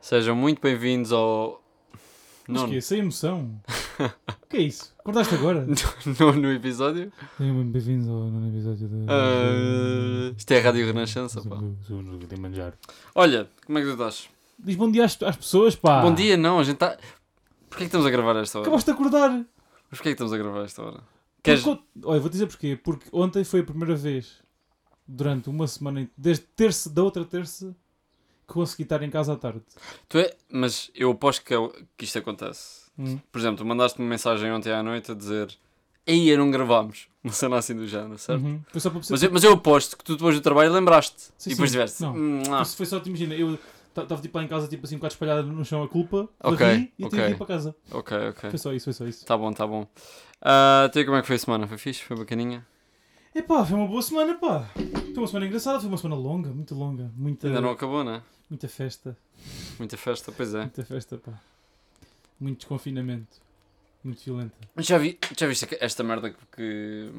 Sejam muito bem-vindos ao. Mas Nono, que é? Sem emoção. o que é isso? Acordaste agora? nono episódio? Sejam bem- bem-vindos ao nono episódio Euh, da. Ah, isto é a Rádio Renascença, pá. Segundo o Kilimanjaro. Olha, como é que tu estás? Diz bom dia às, às pessoas, pá. Bom dia, não, a gente está. Porquê é que estamos a gravar a esta hora? Acabaste de acordar. Porquê é que estamos a gravar a esta hora? Queres. Porque ont- Olha, vou dizer porquê. Porque ontem foi a primeira vez, durante uma semana, desde terça da outra terça, que consegui estar em casa à tarde. Tu é... Mas eu aposto que, é- que isto acontece. Hum. Por exemplo, tu mandaste uma mensagem ontem à noite a dizer. Aí não gravámos. Uma cena assim do género, certo? Uhum. Foi só para perceber. Mas, eu, mas eu aposto que tu depois do trabalho lembraste. Sim, e depois sim. tiveste. Não. "Hum, ah." Isso foi só, te imagina, eu estava tipo lá em casa, tipo assim, um bocado espalhada no chão a culpa, Ok, okay, e tive ok. que ir para casa. Ok, ok. Foi só isso, foi só isso. Tá bom, tá bom. Ah, então e como é que foi a semana? Foi fixe? Foi bacaninha? Epá, foi uma boa semana, pá. Foi uma semana engraçada, foi uma semana longa, muito longa, muita, Ainda não acabou, né? muita festa, Muita festa, pois é. muita festa, pá. Muito desconfinamento, muito violenta. Mas já, vi, já viste aque- esta merda que- que.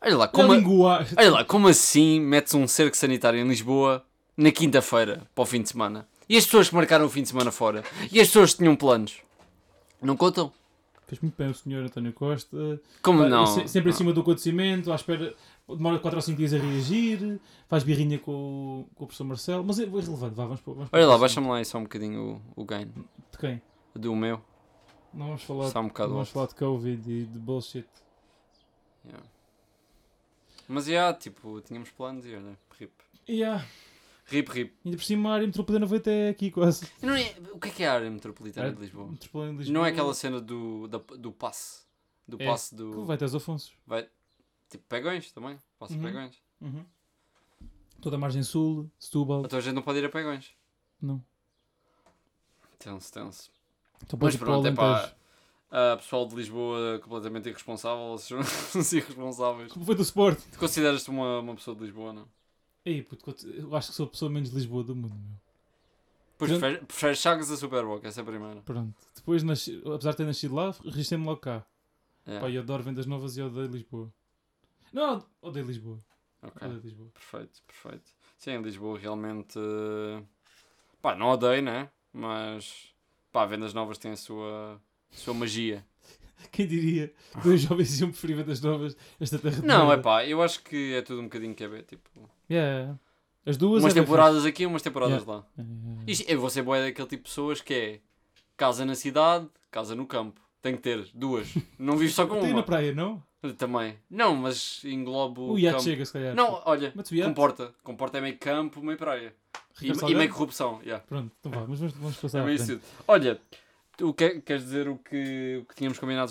Olha lá, Como como, a língua... olha lá, como assim metes um cerco sanitário em Lisboa na quinta-feira para o fim de semana? E as pessoas que marcaram o fim de semana fora? E as pessoas que tinham planos? Não contam? Fez muito bem o senhor António Costa. Como Pá, não? se- Sempre Não. em cima do acontecimento, à espera... Demora 4 ou 5 dias a reagir, faz birrinha com o, com o professor Marcelo, mas é é irrelevante, vá, vamos para vamos para Olha o lá, próximo. baixa-me lá aí só um bocadinho o, o ganho De quem? do meu. Não vamos falar, Só um bocado não vamos alto. falar de Covid e de bullshit. Yeah. Mas já, tipo, tínhamos planos e olha, rip. Yeah. Rip, rip. ah, Ainda por cima a área metropolitana veio até aqui quase. E não é- o que é que é a área metropolitana Área de Lisboa? Metropolitana de Não Lisboa. é aquela cena do, da- do passe. Do É. passe Que do. Vai até os Afonsos. Vai. Tipo, pegões também. Passe de Uhum. pegões. Toda a margem sul, Setúbal. Então a gente não pode ir a pegões. Não. Tenso, tenso. Então Mas podes ir para o pronto, é Alentejo. pá. ah, pessoal de Lisboa completamente irresponsável, vocês são uns irresponsáveis. Como foi do Sport? Tu consideras-te uma, uma pessoa de Lisboa, não? Ei, puto, quanto- eu acho que sou a pessoa menos de Lisboa do mundo, meu. Pois Gente- prefere- preferes Chagas a Superboc, essa é a primeira. Pronto. Depois, nasci- apesar de ter nascido lá, registrei-me logo cá. É, Pá, eu adoro vendas novas e odeio Lisboa. Não, odeio Lisboa. ok. Odeio Lisboa. Perfeito, perfeito. Sim, Lisboa realmente. eh, Pá, não odeio, né? Mas. Pá, vendas novas têm a sua. sua magia. Quem diria? Dois jovens iam preferir vendas novas esta terra de Não, é merda. pá, eu acho que é tudo um bocadinho que é bem, tipo. Yeah. As duas Umas é bem temporadas aqui, umas temporadas lá. fixe. Yeah. Isto, eu vou ser boé daquele tipo de pessoas que é. casa na cidade, casa no campo. Tem que ter duas. Não vivo só com Tem na uma. praia, não? Também. Não, mas englobo. O iate campo. chega, se calhar. Não, olha, Mas o iate... comporta. Comporta é meio campo, meio praia. E, Ricardo e Salgado? meio corrupção, yeah. Pronto, então vá, mas vamos, vamos É passar à meio frente. cedo. Olha, tu que- queres dizer o que, o que tínhamos combinado,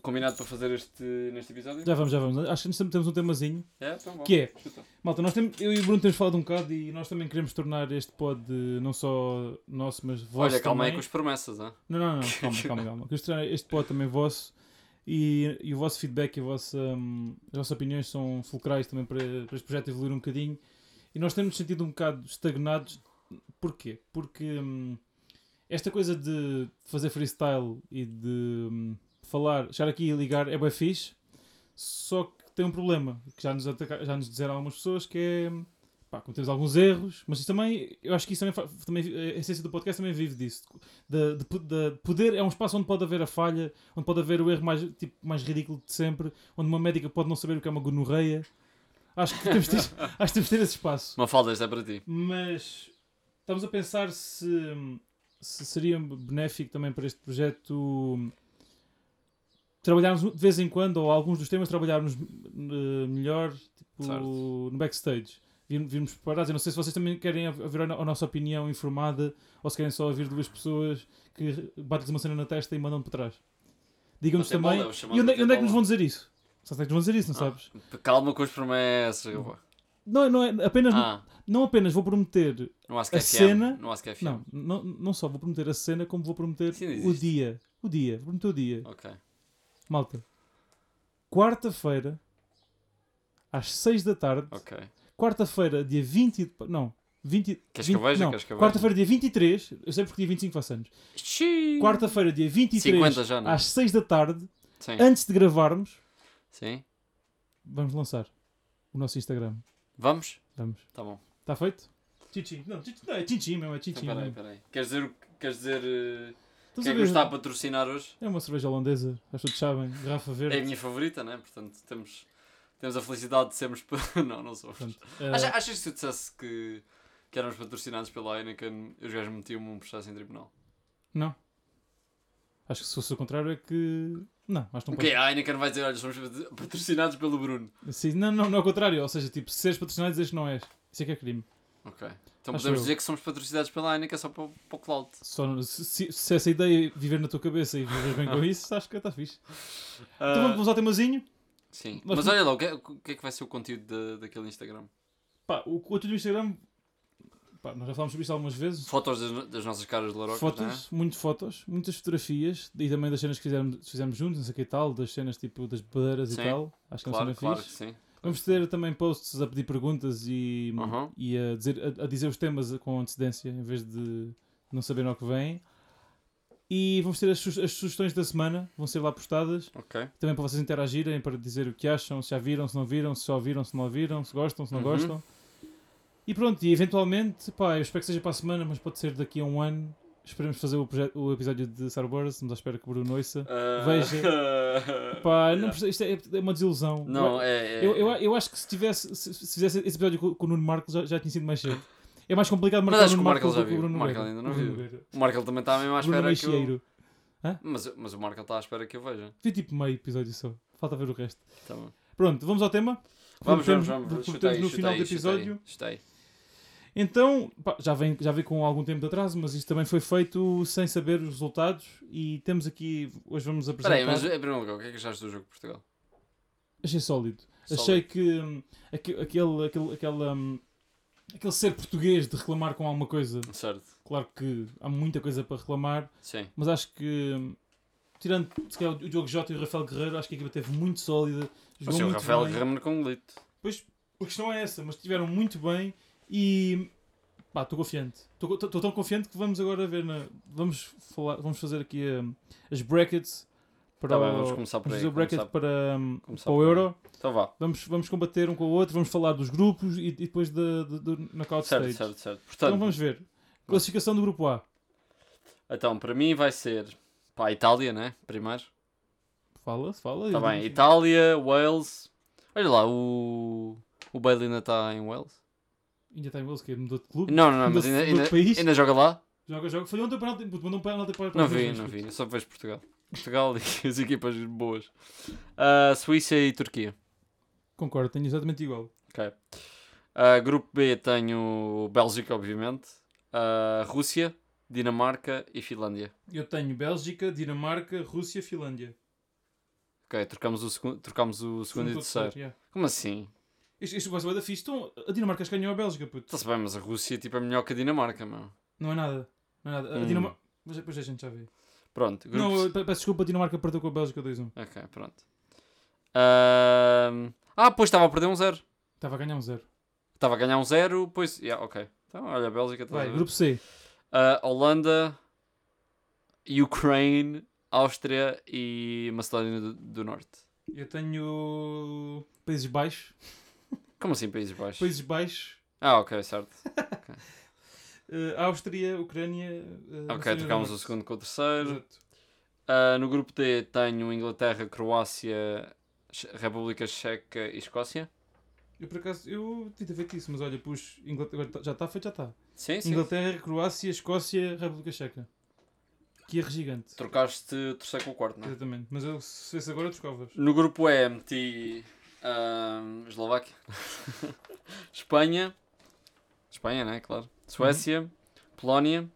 combinado para fazer este, neste episódio? Já vamos, já vamos. Acho que nós também temos um temazinho. É, então bom. Que é? Chuta. Malta, nós temos, eu e o Bruno temos falado um bocado e nós também queremos tornar este pod eh, não só nosso, mas vosso. Olha, calma aí também. com as promessas, ah. hã? Não, não, não, calma, calma, calma. Queremos tornar este pod também vosso e, e o vosso feedback e a vossa, hum, as vossas opiniões são fulcrais também para, para este projeto evoluir um bocadinho. E nós temos nos sentido um bocado estagnados. Porquê? Porque hum, esta coisa de fazer freestyle e de hum, falar, chegar aqui e ligar é bem fixe, só que tem um problema, que já nos, ataca- já nos disseram algumas pessoas, que é... hum, Pá, cometemos alguns erros, mas isso também, eu acho que isso também, fa- também eh, a essência do podcast também vive disso, de, de po- de- poder é um espaço onde pode haver a falha, onde pode haver o erro mais, tipo, mais ridículo de sempre, onde uma médica pode não saber o que é uma gonorreia. Acho que temos de ter, acho que temos de ter esse espaço. Uma falda, esta é para ti. Mas estamos a pensar se, se seria benéfico também para este projeto trabalharmos de vez em quando, ou alguns dos temas, trabalharmos eh, melhor tipo, Certo. no backstage. Vir- Virmos preparados. Eu não sei se vocês também querem ouvir a no- a nossa opinião informada ou se querem só ouvir duas pessoas que batem uma cena na testa e mandam para trás. Digam-nos Bater também. bola, é o chamado e onde, é- bater onde é que nos bola. vão dizer isso? Sabes onde é que nos vão dizer isso, não Ah. sabes? Calma com as promessas, eu vou. Não, não é, apenas, Ah, não apenas vou prometer não há A sequer cena- Não há sequer Não, não, não só vou prometer a cena, como vou prometer Sim, o existe. dia. O dia, vou prometer o dia. Ok. Malta, quarta-feira, às 6 da tarde, Ok. quarta-feira, dia 20. e- Não, 20. Queres que 20 eu veja? não, Queres que eu veja? Quarta-feira, dia 23. Eu sei porque dia 25 faço anos. Xiii. Quarta-feira, dia 23, 50 já, não? é? às 6 da tarde, Sim. antes de gravarmos, Sim. vamos lançar o nosso Instagram. Vamos? Vamos. Tá bom. Está feito? Chichi. Não, chichi, não, é chichi mesmo, é Então, chichi. peraí, mesmo. peraí. Queres dizer, o que- queres dizer eh, Estás quem é a que ver? nos está a patrocinar hoje? É uma cerveja holandesa, acho que sabem, garrafa verde. É a minha favorita, né? Portanto, temos, temos a felicidade de sermos. pa- não, não somos. Portanto, Acha- eh, Achas que se eu dissesse que, que éramos patrocinados pela Heineken, os gajos metiam-me um processo em tribunal? Não. Acho que se fosse o contrário é que. Não, acho que não Ok, a Heineken vai dizer: olha, somos pat- patrocinados pelo Bruno. pode. Sim, não, não, não é o contrário. Ou seja, tipo, se seres patrocinado, dizes que não és. Isso é que é crime. Ok. Então Acho podemos eu. dizer que somos patrocinados pela Heineken só para, o- para o Cloud. Só no- se, se- se essa ideia viver na tua cabeça e viveres bem com isso, acho que está fixe. Então Ah, vamos ao temazinho. sim. mas- Mas olha lá, o que é, o que, é que vai ser o conteúdo da- daquele Instagram? Pá, o outro do Instagram. Pá, nós já falámos sobre isto algumas vezes. Fotos das, no- das nossas caras de larocas, não é? fotos, muito fotos, muitas fotografias e também das cenas que fizemos, fizemos juntos, não sei o que e tal, das cenas tipo das bebedeiras Sim, e tal. Acho que é uma Claro, cena claro que fixe. sim. Vamos ter também posts a pedir perguntas e, Uhum. e a, dizer, a, a dizer os temas com antecedência em vez de não saber ao que vem. E vamos ter as, su- as sugestões da semana, vão ser lá postadas. Ok. Também para vocês interagirem, para dizer o que acham, se já viram, se não viram, se só viram, se não viram, se gostam, se não Uhum. gostam. E pronto, e eventualmente, pá, eu espero que seja para a semana, mas pode ser daqui a um ano. Esperemos fazer o, proje- o episódio de Star Wars, estamos à espera que o Bruno ouça. Ah, Pá, yeah. não, precisa- isto é, é uma desilusão. Não, é. é- Eu, eu, eu acho que se tivesse se, se fizesse esse episódio com, com o Nuno Marco já, já tinha sido mais cedo. É mais complicado Mas marcar acho o que o Nuno Marco Marco já do que viu. o Bruno O Marco Nogueira. ainda não O Bruno viu. Nogueira. O Markel também está mesmo à Bruno é espera que eu... Meixeiro. mas, mas o Markel está à espera que eu veja. Vi tipo meio episódio só. Falta ver o resto. Tá bom. Pronto, vamos ao tema. Vamos, vamos, Prometemos- vamos. vamos. Chuta prometemos aí, no chuta final aí, do chuta episódio. aí, chuta aí. Então, pá, já, vem, já vem com algum tempo de atraso, mas isto também foi feito sem saber os resultados. E temos aqui. Hoje vamos Espera apresentar. aí, mas em primeiro lugar, o que é que achaste do jogo de Portugal? Achei sólido. Sólido. Achei que hum, aque- aquele, aquele, aquele, hum, aquele ser português de reclamar com alguma coisa. Certo. Claro que há muita coisa para reclamar. Sim. mas acho que hum, tirando se calhar, o Diogo Jota e o Rafael Guerreiro, acho que a equipa teve muito sólida, Mas jogou sim, o muito Rafael bem. Guerreiro com um lito. Pois, a questão é essa, mas estiveram muito bem e pá, estou confiante. Estou tão confiante que vamos agora ver na- vamos falar, vamos fazer aqui hum, as brackets para Tá bem, o- vamos começar por vamos aí. fazer o bracket começar- para, hum, começar para o por aí. Euro. Então vá. Vamos, vamos combater um com o outro, vamos falar dos grupos e, e depois da- do, do knockout Certo, stage. certo, certo. Portanto, Então vamos ver. Classificação do grupo A. então, para mim vai ser para a Itália, né? Primeiro. Fala, fala. Tá Eu bem. digo- Itália, Wales. Olha lá, o. O Bale ainda está em Wales? Ainda está em Wales, que mudou de clube. Não, não, não, Do- mas ainda, do ainda, país? ainda joga lá? Joga, joga. Falhou ontem o penalti. puto, Mandou um penalti para para Não os vi, dois, não vi. puto. Eu só vejo Portugal. Portugal e as equipas boas. Ah, Suíça e Turquia. Concordo, tenho exatamente igual. Ok. Ah, grupo B tenho Bélgica, obviamente. Ah, Rússia, Dinamarca e Finlândia. Eu tenho Bélgica, Dinamarca, Rússia, Finlândia. Ok, trocamos o, segun- trocamos o segundo e o Segundo terceiro. yeah. Como assim? Isto isto vai ser bué da fixe. Então, a Dinamarca acho que ganhou a Bélgica, puto. Está-se bem, mas a Rússia tipo, é melhor que a Dinamarca, mano. Não é nada. Não é nada. A Hum. Dinamarca. Mas depois a gente já vê. Pronto, grupo Não, C- eu pe- peço desculpa, a Dinamarca perdeu com a um. Bélgica 2-1. Ok, pronto. Ahm, Ah, pois estava a perder um zero. Estava a ganhar um 0. Estava a ganhar um zero, pois. Yeah, ok. Então, olha, a Bélgica está. Vai, grupo C. Holanda, Ukraine, Áustria e Macedónia do, do Norte. Eu tenho. Países Baixos. Como assim, Países Baixos? Países Baixos. Ah, ok, certo. eh, Áustria, Ucrânia. eh, Ok, Macedónia do trocámos o Norte. segundo com o terceiro. Exato. Ah, no grupo D tenho Inglaterra, Croácia, Che- República Checa e Escócia. Eu por acaso, eu tinha feito isso, mas olha, pus. Inglaterra, agora tá- já está feito, já está. Sim, sim. Inglaterra, Croácia, Escócia, República Checa. Que é gigante. Trocaste o terceiro com o quarto, não é? Exatamente. Mas eu, se fosse agora, eu trocava-vos. No grupo E meti ahm, Eslováquia, Espanha, Espanha, né? Claro. Suécia, Uhum. Polónia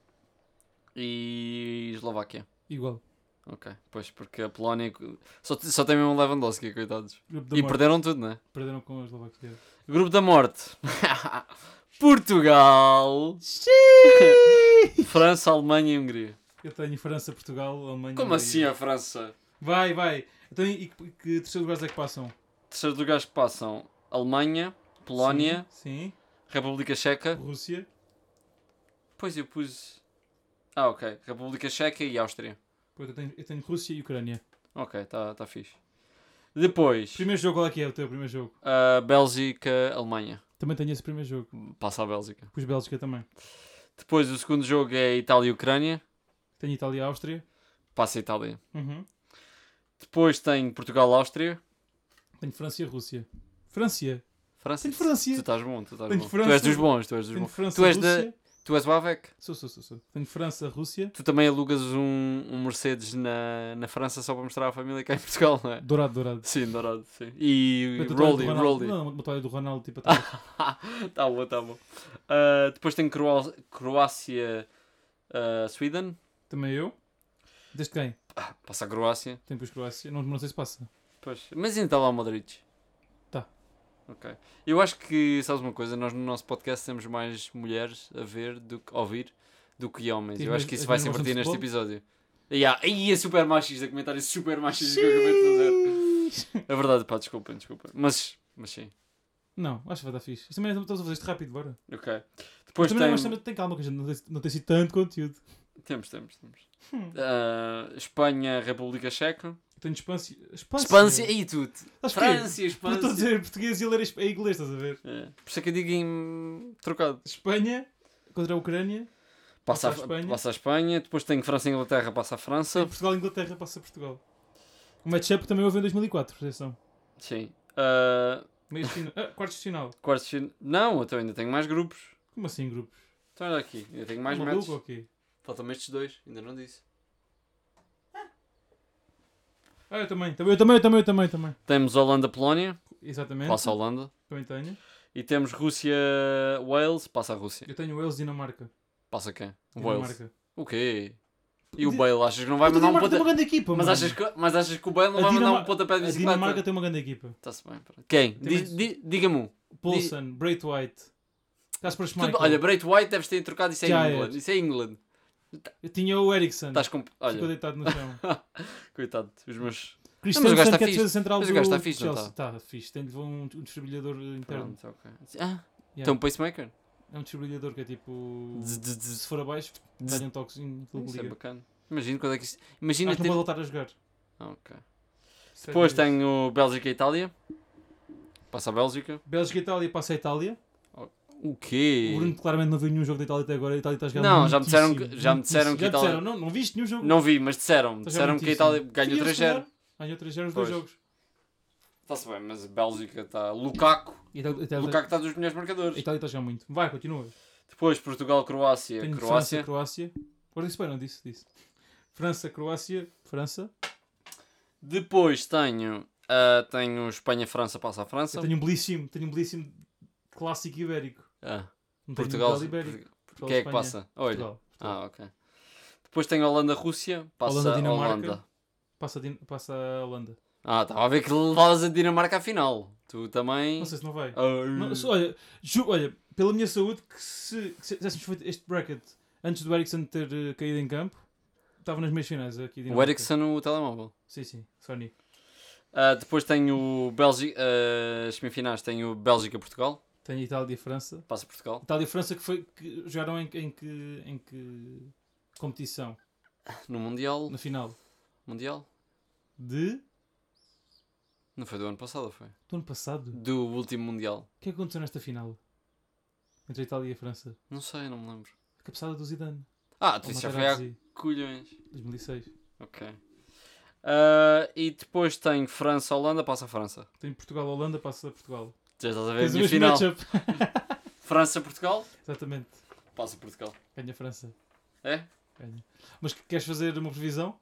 e Eslováquia. Igual. Ok, pois porque a Polónia co- só, te- só tem mesmo Lewandowski, coitados. Grupo da E morte. perderam tudo, né? Perderam com a Eslováquia. Grupo da Morte: Portugal, França, Alemanha e Hungria. Eu tenho França, Portugal, Alemanha. Como Hungria. assim a França? Vai, vai. Então, e que, que terceiros lugares é que passam? Terceiros lugares que passam: Alemanha, Polónia, Sim. sim. República Checa. Rússia. Pois eu pus. Ah, ok. República Checa e Áustria. Pronto, eu tenho, eu tenho Rússia e Ucrânia. Ok, está tá fixe. Depois, Primeiro jogo, qual é que é o teu primeiro jogo? a Bélgica, Alemanha. Também tenho esse primeiro jogo. Passa a Bélgica. Com os Bélgica também. Depois o segundo jogo é Itália e Ucrânia. Tenho Itália e Áustria. Passa a Itália. Uhum. Depois tem Portugal-Áustria. Tenho França e Rússia. França. França. Tenho França. Tu estás bom, tu estás Tenho bom. Tu França. és dos bons, tu és dos Tenho bons. França Tu e és da- Rússia. Tu és o Avec. Sou, sou, sou, sou. Tenho França, Rússia. Tu também alugas um, um Mercedes na, na França só para mostrar à família que é em Portugal, não é? Dourado, dourado. Sim, dourado, sim. E Uma tatuagem Rolly, do Ronaldo. Rolly. Não, é uma batalha do Ronaldo, tipo atrás. tá bom, tá bom. Ah, depois tem Croá- Croácia, ah, Sweden. Também eu. Desde quem? Ah, passa a Croácia. Tem depois Croácia. Não, não sei se passa. Pois. Mas ainda está lá o Madrid. Tá. Ok. Eu acho que, sabes uma coisa, nós no nosso podcast temos mais mulheres a ver, do que a ouvir, do que homens. Sim, Eu mas acho que isso as vai mulheres se gostam de invertir neste futebol? episódio. E há- Ih, é super machista, comentário super machista que eu acabei de fazer. É verdade, pá, desculpem, desculpem. Mas, mas sim, Não, acho que vai dar fixe. Isto também estamos a fazer isto rápido, bora. ok. Mas Depois também, mas tem... também tem calma, que a gente não tem, não tem sido tanto conteúdo. Temos, temos, temos. Hum. Ah, Espanha, República Checa. Tenho Espanha. Espanha. Espanha e tudo. Sabes porquê? França, Porque estou a Espanha. dizer é. em português e a ler esp- em inglês, estás a ver? É. Por isso é que eu digo em trocado. Espanha contra a Ucrânia. Passa, Passa a a, Espanha. passa a Espanha, depois tem França e Inglaterra, passa a França. Tem Portugal e Inglaterra, passa Portugal. O matchup também houve em 2004, proteção. Sim. Ah, Meios de final. Ah, quartos de final. quartos de final. Não, então ainda tenho mais grupos. Como assim, grupos? Então olha aqui, ainda tenho mais Maluco ou metros. quê? Faltam estes dois, ainda não disse. Ah, eu também. Também, eu também, eu também, eu também, também. Temos Holanda-Polónia, Exatamente. passa a Holanda. Também tenho. E temos Rússia-Wales, passa a Rússia. Eu tenho Wales e Dinamarca. Passa quem? Wales. Dinamarca. O quê? E o Di- Bale, achas que não vai mandar um Dinamarca tem uma pontapé? grande equipa, Mas mano. achas, que, mas achas que o Bale não A vai mandar um Dinamar- pontapé de A Dinamarca bicicleta? tem uma grande equipa. Está-se bem. pronto. Quem? Tem Di- di- Diga-me um. Poulsen, Braithwaite, Casper Tudo- Schmeichel. Olha, Bright White deves ter trocado isso é Já England. é. Isso é England. Eu tinha o Ericsson. Estás com. Ficou Olha, deitado no chão. coitado, os meus. Cristiano gajo está que é a fixe. defesa central Mas do o gajo está fixe, não tá? Chelsea. Está fixe. Tem de um, um desfibrilhador interno. Pronto, ok. Ah, Yeah. então pacemaker? É um desfibrilhador que é tipo... Zzz, zzz, zzz. Se for abaixo, dá-lhe um toquezinho. aquilo Isso é liga. bacana. Imagina quando é que isto. Imagina Acho que não ter. pode voltar a jogar. é Ah, ok. Sério Depois mesmo. tenho Bélgica e Itália. Passa a Bélgica. Bélgica e Itália passa a Itália. O quê? O Bruno claramente não viu nenhum jogo da Itália até agora. A Itália está a jogar Não, já me disseram muitíssimo, que- já me disseram muitíssimo. que Já a Itália- disseram, não, não viste nenhum jogo. Não vi, mas disseram. Está a jogar Disseram que a Itália é muitíssimo. ganhou Sim, é eles 3-0. Ganhou 3-0 os Pois. dois jogos. Está-se bem, mas a Bélgica está. Lukaku. E a Itália- a Itália- Lukaku está dos melhores a marcadores. Itália está a jogar muito. Vai, continua. Depois Portugal-Croácia. Tenho França, Croácia. Croácia. Agora disse bem, não disse, disse. França, Croácia, França. Depois tenho. ah, tenho Espanha-França, passa a França. Eu tenho um belíssimo, tenho um belíssimo clássico ibérico. Ah, Não tenho Portugal. Portugal ibérico. Portugal, Quem é que Espanha, passa? Olha. Portugal. Portugal. Ah, ok. Depois tem Holanda-Rússia. Passa a Holanda-Dinamarca. Holanda. Passa, a Din- passa a Holanda. Ah, estava a ver que levavas a Dinamarca à final. Tu também. Não sei se não vai. Ah, Não, se- olha, ju- olha, pela minha saúde, que se, que se tivéssemos feito este bracket antes do Ericsson ter eh, caído em campo, estava nas meias finais aqui. o Dinamarca. Ericsson no telemóvel. Sim, sim, Sony. Ah, depois tem o Bélgica. ah, as semifinais tem o Bélgica-Portugal. Tenho Itália e França. Passa Portugal. Itália e França que, foi, que jogaram em, em que, em que competição? No Mundial. Na final Mundial? de Não foi do ano passado, foi? do ano passado? Do último Mundial. O que é que aconteceu nesta final? Entre a Itália e a França? Não sei, não me lembro. A cabeçada do Zidane. Ah, tu ao isso já foi há Materazzi, colhões. 2006. Ok. Ah, e depois tem França-Holanda, passa a França. Tem Portugal-Holanda, passa a Portugal. Já estás a ver a Tens o minha mesmo final. matchup. França-Portugal, Exatamente. passa Portugal. Ganha a França. É? Ganha. Mas que- queres fazer uma previsão?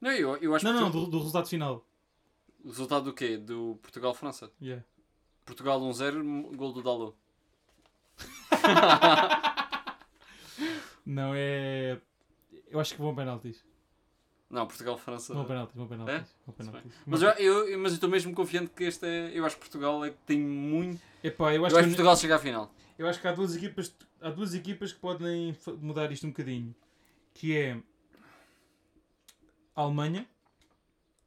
Não, eu, eu acho não, que não, tu- do, do resultado final. o resultado do quê? Do Portugal-França? Yeah. Portugal 1-0, gol do Dalot. Não é. Eu acho que vão a penaltis. Não, Portugal-França. Vão a penaltis, vão a penaltis. Vão a penaltis. É? Tá Mas eu eu- mas eu estou mesmo confiante que este é. Eu acho que Portugal é que tem muito. Epá, eu Eu acho, acho que que Portugal chega à final. Eu acho que há duas equipas, há duas equipas que podem fa- mudar isto um bocadinho. Que é a Alemanha.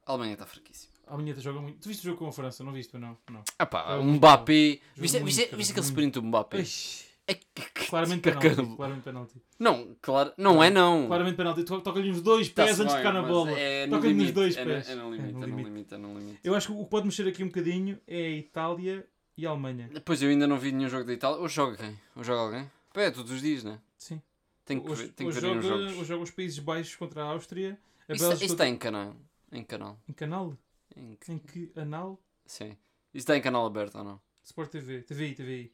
A Alemanha está fraquíssima. A Alemanha joga muito. Tu viste o jogo com a França, não viste, ou não? Não. Ah pá, Joga um muito Mbappé. Joga Viste, muito, viste, cara, viste aquele muito. sprint do Mbappé? Eish, É que- que- claramente que- penalti. caramba. Claramente penalti. Não, claro. Não é não. Claramente penalti. To- Toca-lhe nos dois Tá-se pés antes Tá bem, de tocar na mas bola. É no Toca-lhe nos limite. dois É no- pés. é no limite, é no limite, é no limite. Eu acho que o que pode mexer aqui um bocadinho é a Itália e Alemanha. Depois eu ainda não vi nenhum jogo da Itália. Hoje joga quem? Hoje joga alguém? Pá, é todos os dias, né? Sim. Tem que hoje, ver, tem que hoje ver aí uns joga, jogos. hoje joga os Países Baixos contra a Áustria. A Isso, é- Bélgica isso contra- está em canal. Em canal. Em canal? Em que- Em que anal? Sim. Isso está em canal aberto ou não? Sport TV. TVI, TVI.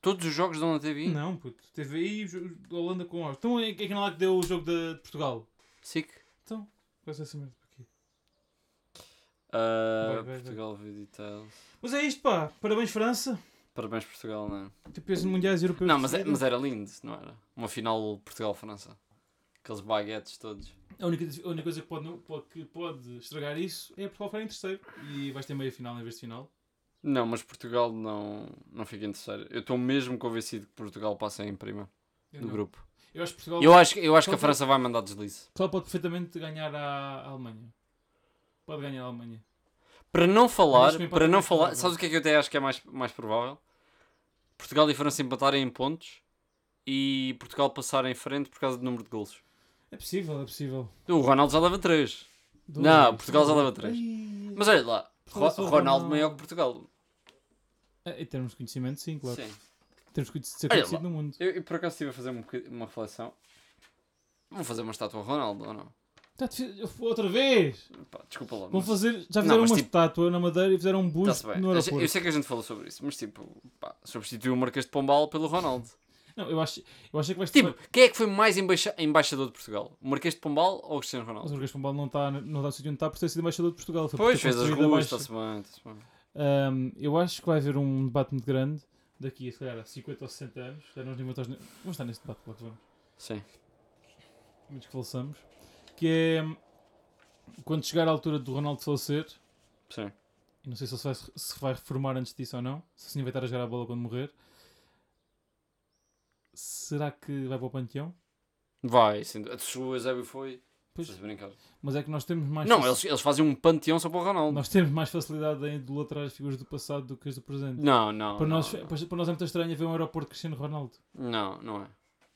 Todos os jogos dão na TV? Não, puto. TVI, jo- Holanda com Áustria. Então é é aquele lá que deu o jogo de, de Portugal. SIC? Então, faz essa merda para quê? Ah, Vai, vai, vai. Portugal Video Tales. Mas é isto, pá. Parabéns, França. Parabéns, Portugal, não é? Tipo, esses mundiais europeus. Não, mas, é- é, mas era lindo, não era? Uma final Portugal-França. Aqueles baguetes todos. A, única, a única coisa que pode, não- pode- que pode estragar isso é Portugal ficar em terceiro. E vais ter meia final em vez de final. Não, mas Portugal não, não fica em terceiro. Eu estou mesmo convencido que Portugal passa em prima Eu, do não. grupo. Eu acho que Portugal, Eu acho, eu acho que a Contra- França vai mandar deslize. Portugal pode perfeitamente ganhar à à Alemanha. Pode ganhar a Alemanha. Para não falar, acho que o empate para é não mais falar, provável. sabes o que é que eu até acho que é mais, mais provável? Portugal e França empatarem em pontos e Portugal passar em frente por causa do número de golos. É possível, é possível. O Ronaldo já leva 3. Dois. Não, Portugal já leva três. Ai. Mas olha lá, Portugal Ro- só Ronaldo Ronaldo. maior que Portugal. Ah, Em termos de conhecimento, sim, claro. Sim. Temos que ser Olha lá. conhecido no mundo. Eu, eu por acaso estive a fazer um boca- uma reflexão. Vou fazer uma estátua ao Ronaldo ou não? Tá, te- eu fui Outra vez! Pá, desculpa lá. Vão mas- fazer, já Não, fizeram mas uma tipo- estátua na Madeira e fizeram um Tá-se busto bem. no A gente- aeroporto. Eu sei que a gente falou sobre isso, mas tipo, pá, substituiu o Marquês de Pombal pelo Ronaldo. Não, eu acho, eu acho que vais Tipo, quem é que foi mais embaixa- embaixador de Portugal? O Marquês de Pombal ou o Cristiano Mas o Ronaldo? Jorge Pombal não está não tá no sítio onde está por ter sido embaixador de Portugal. Foi por Pois, ter fez as construído ruas, abaixo. está-se bem, está-se bem. Ahm, eu acho que vai haver um debate muito grande daqui a, se calhar, a 50 ou 60 anos. Já não vamos, vamos estar nesse debate, claro que vamos. Sim. Muitos é que falecemos. Que é hum, quando chegar à altura do Ronaldo falecer, Sim. e não sei se ele se vai, se vai reformar antes disso ou não, se se ainda vai estar a jogar a bola quando morrer. Será que vai para o panteão? Vai, sim. A se o Eusébio foi. Pois. estás a brincar. Mas é que nós temos mais Não, faci- eles, eles fazem um panteão só para o Ronaldo. nós temos mais facilidade em idolatrar as figuras do passado do que as do presente. Não, não. para, não, nós, não. para nós é muito estranho ver um aeroporto de Cristiano Ronaldo. Não, não é.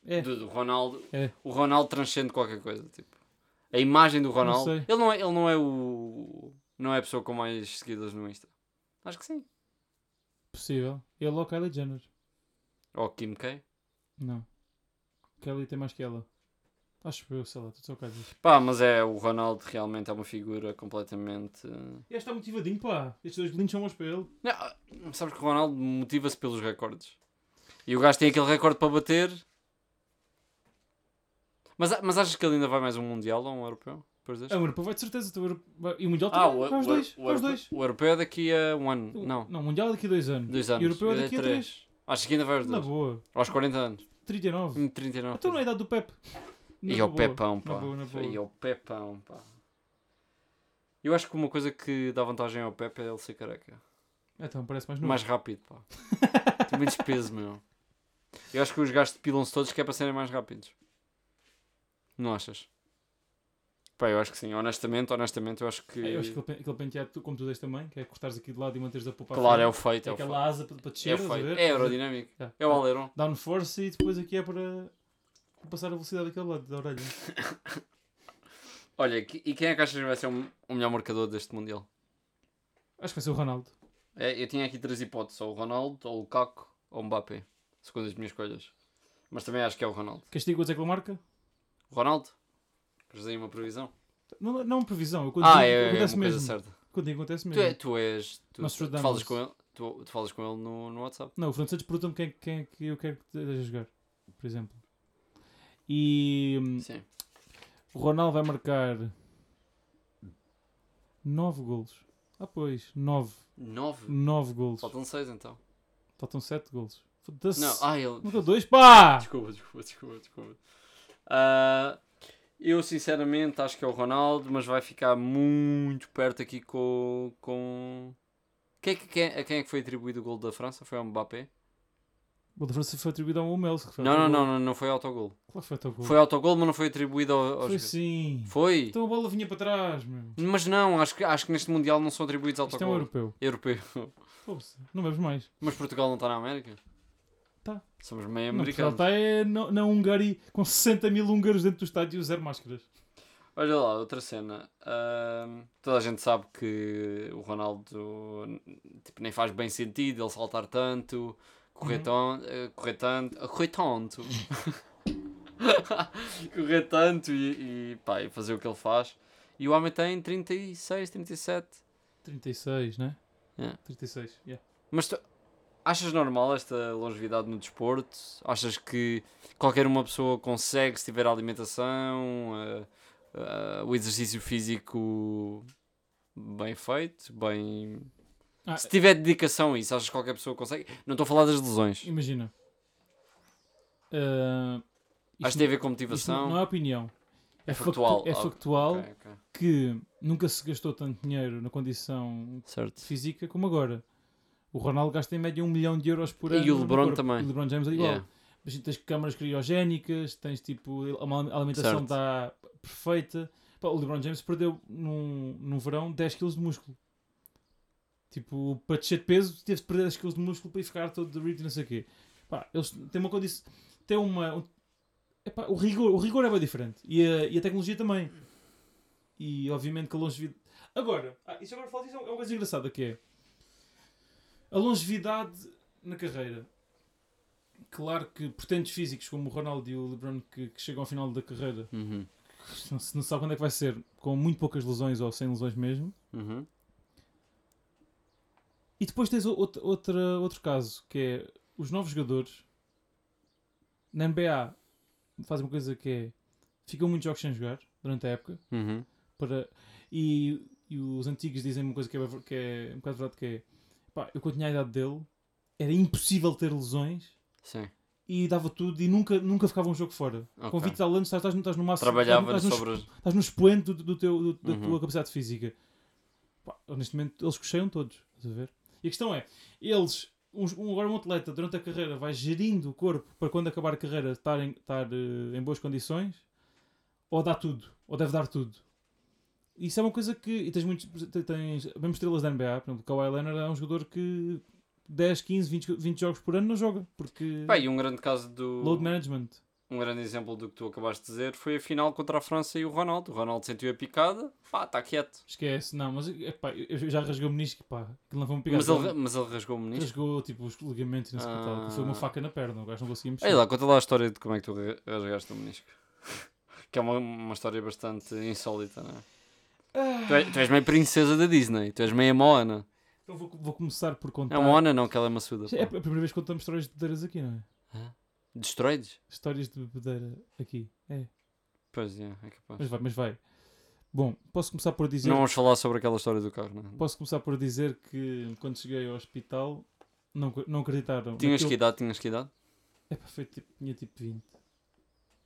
É. Do, do Ronaldo. É. O Ronaldo transcende qualquer coisa. Tipo. A imagem do Ronaldo. sei. ele, não é, ele não é o. Não é a pessoa com mais seguidores no Insta. Acho que sim. Possível. Ele ou Kylie Jenner? Ou Kim K. Não. Kylie tem mais que ela. Acho que eu, sei lá, estou só casos. Pá, mas é o Ronaldo realmente é uma figura completamente. eh, Este está motivadinho, pá. Estes dois lindos são bons para ele. Não, ah, sabes que o Ronaldo motiva-se pelos recordes. E o gajo tem aquele recorde para bater. Mas, a- mas achas que ele ainda vai mais um Mundial ou um Europeu? Depois deste? Ah, o europeu vai de certeza. tu Euro- vai- E o Mundial Ah, também. o, vai os o- dois. o- vai os dois. o Europeu é daqui a um ano. Não, Não, o Mundial é daqui a dois anos. dois E anos. o europeu é Eu daqui a dei três. Acho que ainda vai aos Na dois. boa. Aos 40 anos. 39. Hum, 39. Então não é a idade do Pepe. Na E ao boa. Pepão, pá. Na boa, na boa. E ao Pepão, pá. Eu acho que uma coisa que dá vantagem ao Pepe é ele ser careca. Então, parece mais novo. Mais rápido, pá. Tem menos peso, meu. Eu acho que os gajos depilam-se todos que é para serem mais rápidos. Não achas? Pá, eu acho que sim. Honestamente, honestamente, eu acho que... É, Eu acho que aquele pen- aquele penteado, tu- como tu deste também, que é cortares aqui de lado e manteres a poupa à Claro, é frente. o feito. É, o feito. aquela asa para para É, descer, o estás a feito. ver? Tá. é aerodinâmico. Yeah. É o Aleron. Downforce e depois aqui é para passar a velocidade daquele lado da orelha. Olha, que- e quem é que achas que vai ser o o melhor marcador deste Mundial? Acho que vai ser o Ronaldo. É, eu tinha aqui três hipóteses, ou o Ronaldo, ou o Lukaku, ou o Mbappé, segundo as minhas escolhas. Mas também acho que é o Ronaldo. Castigo quantos é que ele marca? Ronaldo? Queres aí uma previsão? Não, não é previsão, eu quando Ah, digo, é, é uma acontece coisa mesmo. certa. Quando digo, acontece Tu, mesmo. é, tu és... Tu, Nós tu, estudamos. falas com ele, tu, tu falas com ele no, no WhatsApp. Não, o Francisco pergunta-me quem, quem é que eu quero que esteja a jogar, por exemplo. E hum, Sim. o Ronaldo vai marcar 9 golos. Ah, pois, 9. Nove? 9 golos. Faltam seis então. Faltam 7 golos. Foda-se. Não, ah, ele... Marcou 2, pá! Desculpa, desculpa, desculpa, desculpa. Ah, eu sinceramente acho que é o Ronaldo, mas vai ficar muito perto aqui com. com... Quem é que, quem, a quem é que foi atribuído o gol da França? Foi ao Mbappé? O da França foi atribuído ao Hummels. que foi Não, não, autogol. não, não, não foi autogol. Claro que foi autogol. Foi autogol, mas não foi atribuído ao. ao Foi jogador. sim. Foi? Então a bola vinha para trás, meu. Mas não, acho que, acho que neste Mundial não são atribuídos Isto é um autogol. europeu. europeu. Foda-se. Não vemos mais. Mas Portugal não está na América? Tá. Somos meio Não, Portugal americanos. está é na, na Hungária com 60 mil húngaros dentro do estádio e zero máscaras. Olha lá, outra cena. Ahm, toda a gente sabe que o Ronaldo tipo, nem faz bem sentido ele saltar tanto, correr, Uhum. tan- eh, correr tanto, eh, correr tanto, correr tanto e, e, pá, e fazer o que ele faz. E o homem tem 36, 37. 36, né? Yeah. 36, yeah. Mas tu achas normal esta longevidade no desporto? Achas que qualquer uma pessoa consegue se tiver a alimentação, eh, eh, o exercício físico bem feito, bem. Ah, Se tiver dedicação a isso, achas que qualquer pessoa consegue? Não estou a falar das lesões. Imagina. Ah, Acho que isto tem a ver com não- isto não- motivação. não é opinião. É, É factu- factual. é Ah, factual Ok, ok. que nunca se gastou tanto dinheiro na condição Certo. física como agora. O Ronaldo gasta em média um milhão de euros por E ano. o no LeBron corpo. também. E o LeBron James é igual. Yeah. Mas tens câmaras criogénicas, tens tipo uma alimentação Certo. está perfeita. Pá, o LeBron James perdeu num, num verão 10 kg de músculo. Tipo, para descer de peso, teve de perder 10 kg de músculo para ir ficar todo derretido e não sei o quê. Pá, eles têm uma condição. Têm uma. um- epá, o, rigor, o rigor é bem diferente. E a, e a tecnologia também. E obviamente que a longevidade. Agora, ah, isso agora falo disso, é uma coisa engraçada que é. A longevidade na carreira. Claro que portentes físicos como o Ronaldo e o LeBron que, que chegam ao final da carreira, Uhum. que não se não se sabe quando é que vai ser, com muito poucas lesões ou sem lesões mesmo. Uhum. E depois tens o- outro, outra- outro caso, que é os novos jogadores na NBA fazem uma coisa que é ficam muitos jogos sem jogar durante a época Uhum. para, e, e os antigos dizem uma coisa que é, bem ver- que é um bocado verdade que é pá, eu quando tinha a idade dele era impossível ter lesões Sim. e dava tudo e nunca, nunca ficava um jogo fora. Ok. Com 20 e tal anos estás, estás, no- estás no máximo. Trabalhava estás, no- estás sobre. no, as- expo- estás no expoente do, do teu, do- da Uhum. tua capacidade física. Pá, neste momento eles cocheiam todos. Estás a ver? E a questão é, eles, uns- um, agora um atleta durante a carreira vai gerindo o corpo para quando acabar a carreira estar em, estar, eh, em boas condições ou dá tudo, ou deve dar tudo. Isso é uma coisa que. E tens muitos. Tens, mesmo estrelas da NBA, por exemplo, o Kawhi Leonard é um jogador que 10, 15, 20, 20 jogos por ano não joga. Porque. Pá, e um grande caso do. Load management. um grande exemplo do que tu acabaste de dizer foi a final contra a França e o Ronaldo. O Ronaldo sentiu a picada, pá, está quieto. Esquece, não, mas epá, eu já rasguei o menisco, pá, aquilo não foi um picado. Mas ele, mas ele rasgou o menisco. rasgou tipo os ligamentos e não sei o que tal, que foi uma faca na perna, o gajo não conseguia mexer. Ei lá, conta lá a história de como é que tu ra- rasgaste o menisco. Que é uma, uma história bastante insólita, não é? Tu, és, tu és meio princesa da Disney, tu és meio a Moana. Então vou, vou começar por contar. É a Moana não, que ela é maçuda. É a pá. primeira vez que contamos histórias de bebedeiras aqui, não é? Destroides? Histórias de bebedeira aqui, é. Pois é, é capaz. Mas vai, mas vai. Bom, posso começar por dizer. Não vamos falar sobre aquela história do carro, não é? Posso começar por dizer que quando cheguei ao hospital não, não acreditaram. Tinhas que Naquilo- idade, tinhas que idade? Epá, foi tipo, tinha tipo 20.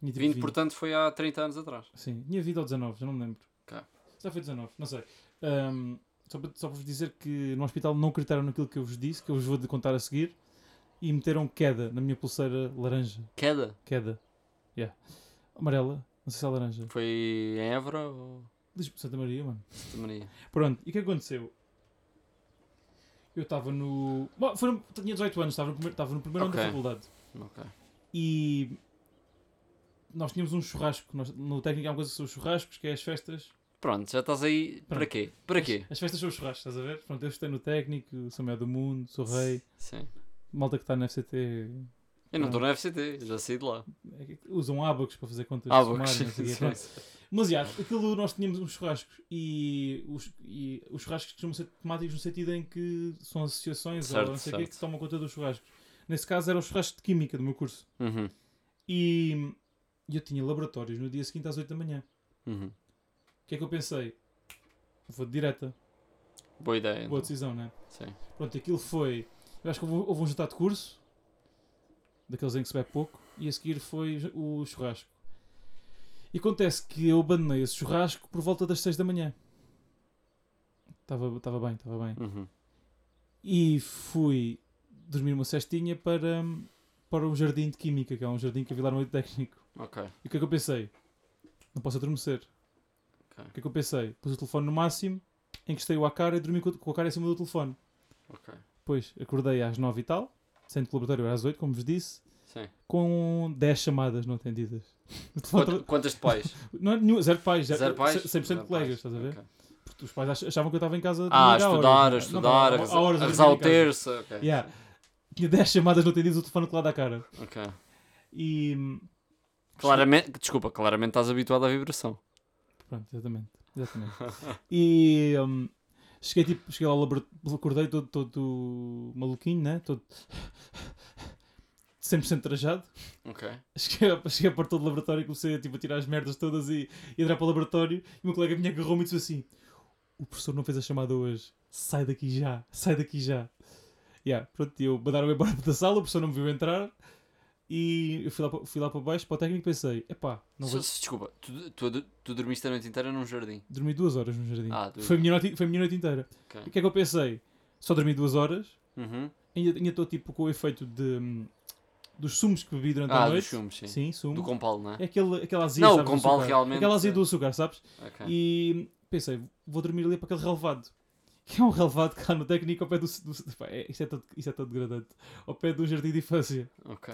Tinha tipo 20, portanto, foi há 30 anos atrás. Sim, tinha vida ou 19, já não me lembro. Ok. Já foi 19, não sei. Ahm, só, para, só para vos dizer que no hospital não acreditaram naquilo que eu vos disse, que eu vos vou de contar a seguir, e meteram queda na minha pulseira laranja. Queda? Queda. Yeah. Amarela, não sei se é laranja. Foi em Évora ou Diz-me Santa Maria, mano. Santa Maria? Pronto, e o que aconteceu? Eu estava no. Bom, foi no- tinha 18 anos, estava no primeiro, estava no primeiro ano da Ok. faculdade. Ok. E nós tínhamos um churrasco. Nós, no técnico há uma coisa que são os churrascos, que é as festas. Pronto, já estás aí. Para Pronto. quê? Para quê? As festas são os churrascos, estás a ver? Pronto, eu estou no técnico, sou melhor do mundo, sou rei. Sim. Malta que está na FCT Eu não Pronto. estou na FCT, já saí de lá. é que usam abacos para fazer contas. de Ah, somar, box. não sei o é quê, pronto. Mas, já, aquilo nós tínhamos uns churrascos e os, e os churrascos costumam ser temáticos no sentido em que são associações Certo, ou não sei o quê certo. que tomam conta dos churrascos. Nesse caso era o churrasco de Química do meu curso. Uhum, E e eu tinha laboratórios no dia seguinte às 8 da manhã. uhum. O que é que eu pensei? Vou de direta. Boa ideia. Boa Então. decisão, não é? Sim. Pronto, aquilo foi. Eu acho que houve, houve um jantar de curso, daqueles em que se bebe pouco, e a seguir foi o churrasco. E acontece que eu abandonei esse churrasco por volta das 6 da manhã. Estava estava bem, estava bem. Uhum. E fui dormir uma cestinha para, para o jardim de Química, que é um jardim que havia lá no meio técnico. Ok. E o que é que eu pensei? Não posso adormecer. Ok. O que é que eu pensei? Pus o telefone no máximo, encostei-o à cara e dormi com com a cara em cima do telefone. Ok. Depois acordei às 9 e tal, sendo que o laboratório era às 8, como vos disse, Sim. com 10 chamadas não atendidas. Quant- Quantas de pais? Não é nenhum, zero pais, zero, Zero pais? 100% de Zero colegas, pais, estás a ver? ok. Porque os pais ach- achavam que eu estava em casa de Ah, a domingo à estudar, hora. a estudar, a Não, há horas reza- a de dormir em casa. exalter-se. Ok. Yeah. Tinha 10 chamadas no atendido, o telefone colado à cara. ok. E. hum, Claramente, desculpa, claramente estás habituado à vibração. Pronto, exatamente. exatamente. e. hum, cheguei tipo, cheguei lá ao laboratório, acordei todo, todo maluquinho, né? Todo. 100% trajado. Ok. Cheguei à, cheguei à porta do laboratório e comecei tipo, a tirar as merdas todas e, e entrar para o laboratório. E uma colega minha agarrou-me e disse assim: O professor não fez a chamada hoje, sai daqui já, sai daqui já. Yeah, pronto, e eu mandaram-me embora da sala, o professor não me viu entrar. E eu fui lá, para- fui lá para baixo, para o técnico, e pensei: Epá, não Só- vou. só- Desculpa, tu, tu, tu dormiste a noite inteira num jardim. Dormi duas horas no jardim. Ah, duas foi, a minha noite, foi a minha noite inteira. Ok. E o que é que eu pensei? Só dormi duas horas, Uhum. ainda ainda estou tipo com o efeito de, hum, dos sumos que bebi durante Ah, a dos noite. filmes, sim. Sim, sumo. Do Compal, não é? É aquele, aquela azia, Não, sabes, com do pau açúcar. realmente, é. Aquela azia sim. do açúcar, sabes? Ok. E pensei, vou dormir ali para aquele relevado. Que é um relevado cá no técnico ao pé do... do pá, é, isto, é todo, isto é todo degradante. Ao pé de um jardim de infância. Ok.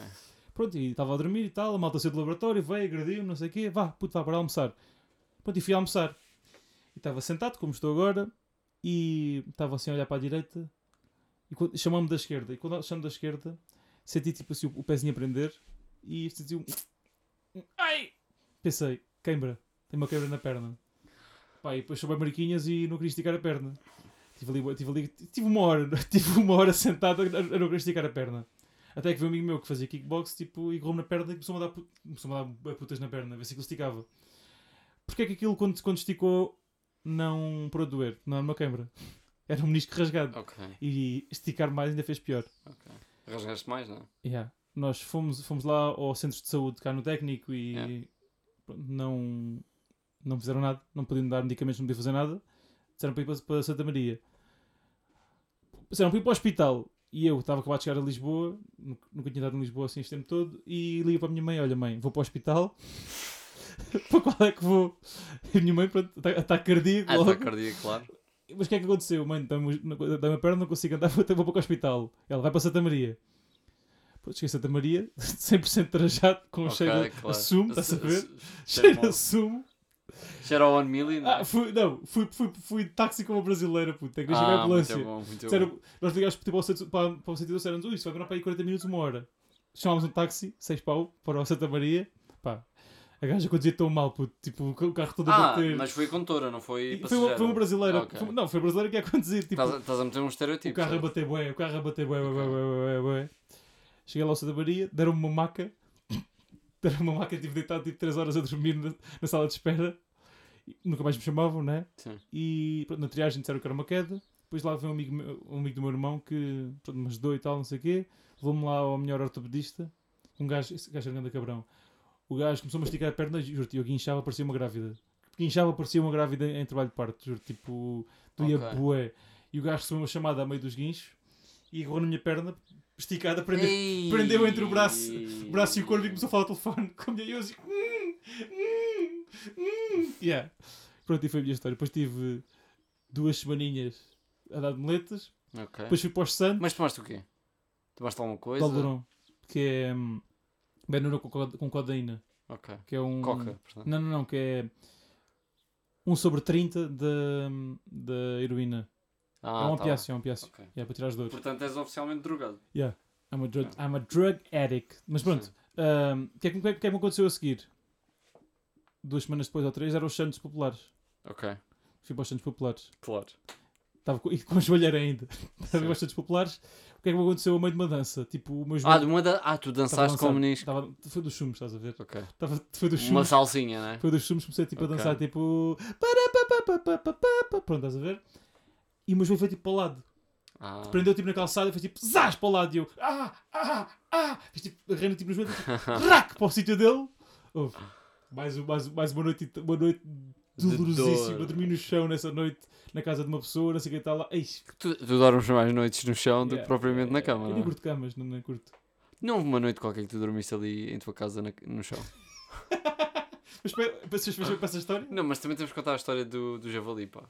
Pronto, e estava a dormir e tal, a malta saiu do laboratório, veio, agrediu-me, não sei o quê. Vá, puto, vá para almoçar. Pronto, e fui almoçar. E estava sentado, como estou agora, e estava assim a olhar para a direita. E quando- chamou-me da esquerda. E quando chamo da esquerda, senti tipo assim o, o pezinho a prender. E senti um... Ai! Pensei, queimbra. Tem uma quebra na perna. Pá, e depois soube mariquinhas e não queria esticar a perna. Tive ali, tive ali, tive uma hora, tive uma hora sentado a, a não querer esticar a perna. Até que veio um amigo meu que fazia kickbox, tipo, e agarrou-me na perna e começou a dar, put- começou a dar bué putas na perna, a ver se aquilo esticava. Porquê é que aquilo, quando, quando esticou, não parou de doer? Não era uma queimbra. Era um menisco rasgado. Ok. E esticar mais ainda fez pior. Rasgaste mais, não é? Yeah. Nós fomos, fomos lá ao centro de saúde, cá no técnico, e Yeah. pronto, não, não fizeram nada, não podiam dar medicamentos, não podiam fazer nada. Disseram para ir para, para Santa Maria. Disseram para ir para o hospital. E eu estava acabado de chegar a Lisboa, nu- nunca tinha estado em Lisboa assim este tempo todo, e ligo para a minha mãe: Olha, mãe, vou para o hospital. para qual é que vou? E a minha mãe, pronto, ata- ataque cardíaco. Ah, logo. está cardíaco, claro. Mas o que é que aconteceu? Mãe, dá-me dá-me a perna, não consigo andar, vou, ter- vou para o hospital. Ela vai para Santa Maria. Pô, cheguei a Santa Maria, 100% trajado, com um Ok, cheiro a- a claro. sumo, estás tá a ver? Cheiro Cheiro a mal. sumo. Cheiro ao One Million. não é? Ah, fui, não, fui, fui, fui de táxi com uma brasileira, puto, tem que deixar a Ah, muito ambulância. bom, muito bom. Disseram- nós ligámos tipo, ao centro- para, para o sentido disseram-nos, ui, isso vai demorar para aí 40 minutos, uma hora. Chamámos um táxi, 6 pau, para o Santa Maria. Pá, a gaja conduzia tão mal, puto, tipo, o carro todo a Ah, bater. mas foi condutora, não foi E foi, uma, passageira. foi um uma brasileira, Ah, ok. Foi- não, foi a brasileira que ia conduzir, tipo, Estás a- Estás a meter um O estereotipo. carro a sabe? bater bué, o carro a bater bué, bué, bué, bué, bué, bué. Cheguei lá ao Santa Maria, deram-me uma maca. Deram-me uma maca, tive deitado tipo 3 horas a dormir na, na sala de espera. E nunca mais me chamavam, né? Sim. E pronto, na triagem disseram que era uma queda. Depois lá veio um amigo, meu- um amigo do meu irmão que pronto, me ajudou e tal, não sei o quê. Levou-me lá ao melhor ortopedista. Um gajo, esse gajo era um grande cabrão. O gajo começou a mastigar a perna, juro-te, eu guinchava, parecia uma grávida. Guinchava, parecia uma grávida em trabalho de parto, juro, tipo, doía Ok. bué. E o gajo recebeu uma chamada a meio dos guinchos e agarrou na minha perna, esticada, prendeu, Ei. prendeu entre o braço, o braço e o corpo e começou a falar ao telefone com a minha e eu assim, hum, hum, hum. Yeah. Pronto, e foi a minha história. Depois tive duas semaninhas a dar de moletas, Ok. depois fui para os Santos, É. Mas tomaste o quê? Tomaste alguma coisa? Dolduron, que é hum, Benuron com, co- com codeína, Ok. que é um... Coca, portanto. Não, não, não, que é 1 sobre 30 da, hum, da heroína. Ah, é um tá opiáceo, é um opiáceo. bem. Ok. É, para tirar as dores. Portanto, és oficialmente drogado. I'm a drug, I'm a drug addict. Mas pronto, ahm, o que, é que, o que é que me aconteceu a seguir? Duas semanas depois ou três eram os Santos Populares. Ok. Fui para os Santos Populares. Claro. Estava com, e com a joelheira ainda. Estava Sim. para os Santos Populares. O que é que me aconteceu ao meio de uma dança? Tipo, o meu Ah, joelho. de uma da- ah, tu estava a dançaste com o dançar. menisco. Estava- Foi dos sumos, estás a ver? Ok. Estava, foi dos Uma sumos. salsinha, né? Foi dos sumos, comecei tipo, Ok. a dançar tipo. para, pa, pa, pa, pa, pa, pa, pa. Pronto, estás a ver? E o meu joelho foi tipo para o lado. Ah. Prendeu tipo na calçada e fez tipo zás para o lado e eu ah, ah, ah, fiz tipo arranho tipo nos joelhos e tipo, rac para o sítio dele. Houve mais, um- mais, um- mais uma noite, uma noite De dolorosíssima. dor. Eu dormi no chão nessa noite na casa de uma pessoa, não sei o que está lá. Eis, Tu, tu dormes mais noites no chão do que yeah, propriamente na eh, cama, Eu não nem é? curto camas, não, não curto. Não houve uma noite qualquer que tu dormiste ali em tua casa na- no chão. Mas espera, passas para essa história? Não, mas também temos que contar a história do, do javali, pá.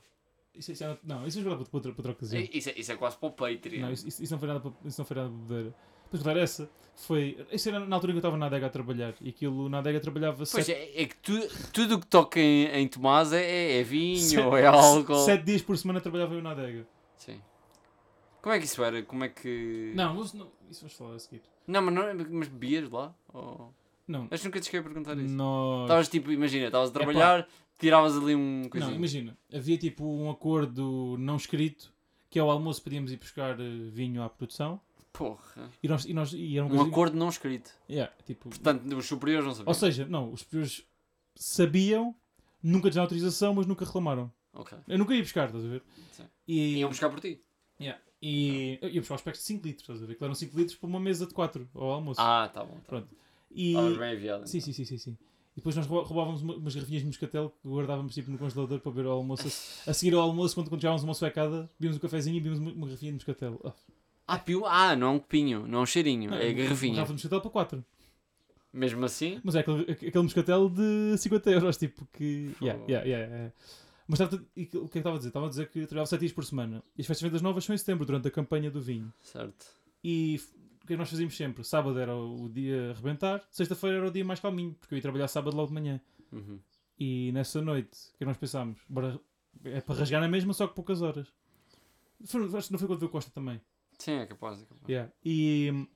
Isso, isso é- não, isso vamos guardar para outra, para outra ocasião. I- Isso é, isso é quase para o Patreon. Não, isso, isso- isso não foi nada para, isso não foi nada para beber. Depois de essa, foi. Isso era na altura que eu estava na adega a trabalhar. E aquilo, na adega, trabalhava Pois sete- é, é que tu- tudo o que toca em, em Tomás é- é, é vinho, sete- é álcool. Sete dias por semana trabalhava eu na adega. Sim. Como é que isso era? Como é que. Não, mas não- isso vamos falar a seguir. Não, mas, não, mas bebias lá? Ou- Não, Acho que nunca te cheguei a perguntar É isso. nós. Estavas tipo, imagina, estavas a trabalhar, tiravas ali um Não, coisinho. imagina, havia tipo um acordo não escrito que ao almoço podíamos ir buscar eh, vinho à produção Porra. e nós. E nós e era uma Um coisa- acordo não escrito. Yeah, tipo, Portanto, os superiores não sabiam. Ou seja, não, os superiores sabiam, nunca deram autorização, mas nunca reclamaram. Ok. Eu nunca ia buscar, estás a ver? Sim. E, Iam buscar por ti. Yeah. E eu ia buscar os packs de 5 litros, estás a ver? Que eram 5 litros para uma mesa de 4 ao almoço. Ah, tá bom. Tá. Pronto. E... Estavas bem aviado. Sim, sim, sim, sim, sim. E depois nós rou- roubávamos uma- umas garrafinhas de moscatel que guardávamos tipo no congelador para beber ao almoço. A seguir ao almoço, quando, quando chegávamos a uma suecada, bebíamos um cafezinho e bebíamos uma, uma garrafinha de moscatel. Ah, Ah, piu... ah, não é um copinho, não é um cheirinho, é uma- Uma garrafinha. garrafa de moscatel para 4. Mesmo assim, Mas é aquele, aqu- aquele moscatel de 50 euros, tipo que. Fogo. Yeah, yeah, yeah, yeah. Mas estava, e que- o que é que estava a dizer? Estava a dizer que trabalhava 7 dias por semana. E as festas de vendas novas são em setembro, durante a campanha do vinho. certo. E f- o que é que nós fazíamos sempre? Sábado era o o dia a arrebentar, sexta-feira era o dia mais calminho, porque eu ia trabalhar sábado logo de manhã. Uhum. E nessa noite, o que é que nós pensámos? Bora- é para rasgar na mesma, só que poucas horas. Foi, acho que não foi quando veio o Costa também. Sim, é capaz, é capaz. Yeah. E hum,